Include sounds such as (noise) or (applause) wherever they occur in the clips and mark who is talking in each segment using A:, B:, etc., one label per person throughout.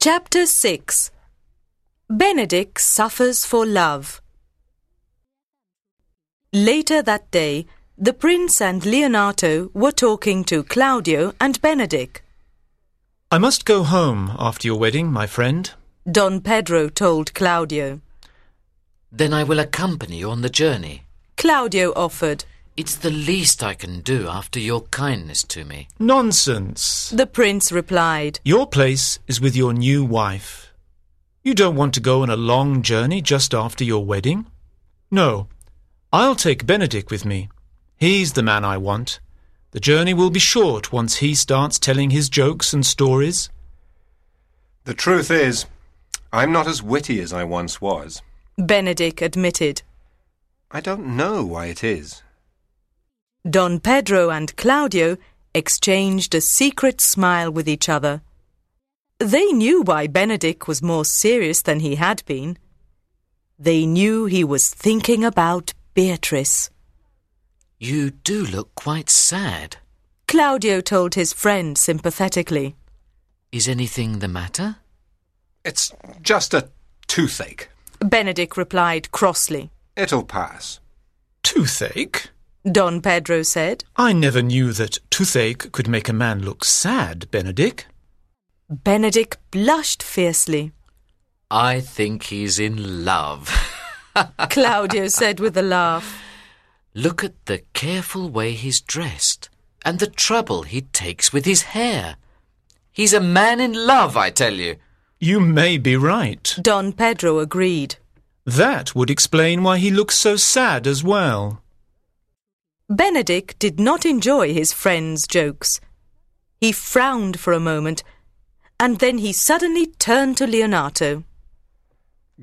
A: Chapter 6 Benedick suffers for love. Later that day, the prince and Leonato were talking to Claudio and Benedick.
B: I must go home after your wedding, my friend.
A: Don Pedro told Claudio.
C: Then I will accompany you on the journey.
A: Claudio offered.
C: It's the least I can do after your kindness to me.
B: Nonsense.
A: The prince replied.
B: Your place is with your new wife. You don't want to go on a long journey just after your wedding. No, I'll take Benedick with me. He's the man I want. The journey will be short once he starts telling his jokes and stories.
D: The truth is, I'm not as witty as I once was.
A: Benedick admitted.
D: I don't know why it is.
A: Don Pedro and Claudio exchanged a secret smile with each other. They knew why Benedick was more serious than he had been. They knew he was thinking about Beatrice.
C: You do look quite sad.
A: Claudio told his friend sympathetically.
C: Is anything the matter?
D: It's just a toothache.
A: Benedick replied crossly.
D: It'll pass.
B: Toothache?
A: Don Pedro said.
B: I never knew that toothache could make a man look sad, Benedick.
A: Benedick blushed fiercely.
C: I think he's in love. (laughs)
A: Claudio said with a laugh.
C: Look at the careful way he's dressed and the trouble he takes with his hair. He's a man in love, I tell you.
B: You may be right.
A: Don Pedro agreed.
B: That would explain why he looks so sad as well.
A: Benedick did not enjoy his friend's jokes. He frowned for a moment, and then he suddenly turned to Leonato.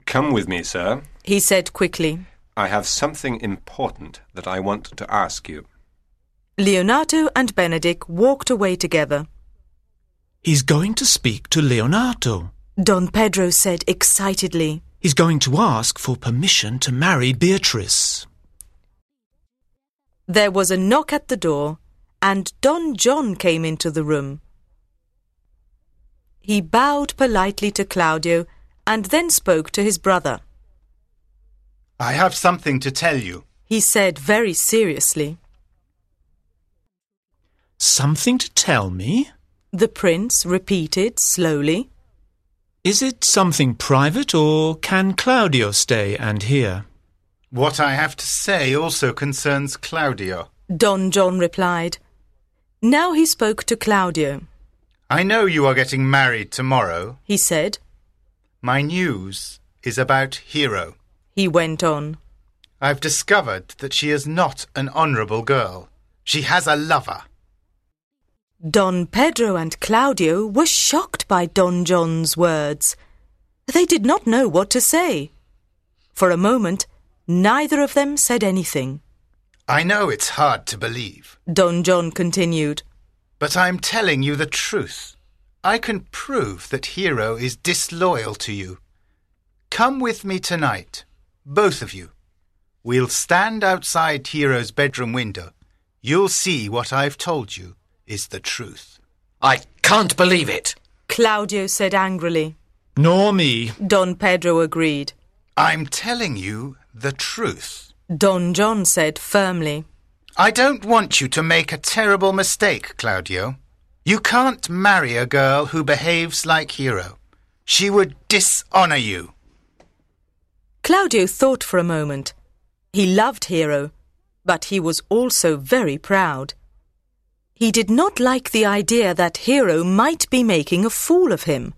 D: Come with me, sir.
A: He said quickly.
D: I have something important that I want to ask you.
A: Leonato and Benedick walked away together.
B: He's going to speak to Leonardo.
A: Don Pedro said excitedly.
B: He's going to ask for permission to marry Beatrice.
A: There was a knock at the door, and Don John came into the room. He bowed politely to Claudio and then spoke to his brother.
E: I have something to tell you.
A: He said very seriously.
B: Something to tell me?
A: The prince repeated slowly.
B: Is it something private or can Claudio stay and hear?
E: What I have to say also concerns Claudio.
A: Don John replied. Now he spoke to Claudio.
E: I know you are getting married tomorrow.
A: He said,
E: My news is about Hero.
A: he went on.
E: I've discovered that she is not an honourable girl. She has a lover.
A: Don Pedro and Claudio were shocked by Don John's words. They did not know what to say. For a moment, neither of them said anything.
E: I know it's hard to believe,
A: Don John continued.
E: but I'm telling you the truth. I can prove that Hero is disloyal to you. Come with me tonight, both of you. We'll stand outside Hero's bedroom window. You'll see what I've told you is the truth.
C: I can't believe it.
A: Claudio said angrily.
B: Nor me.
A: Don Pedro agreed.
E: I'm telling you the truth.
A: Don John said firmly.
E: I don't want you to make a terrible mistake, Claudio. You can't marry a girl who behaves like Hero. She would dishonour you.
A: Claudio thought for a moment. He loved Hero, but he was also very proud. He did not like the idea that Hero might be making a fool of him.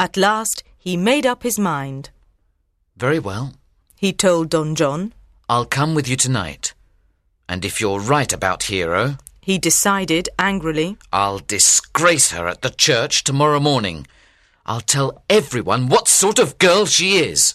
A: At last, he made up his mind.
C: Very well.
A: He told Don John.
C: I'll come with you tonight. And if you're right about Hero,
A: He decided angrily.
C: I'll disgrace her at the church tomorrow morning. I'll tell everyone what sort of girl she is.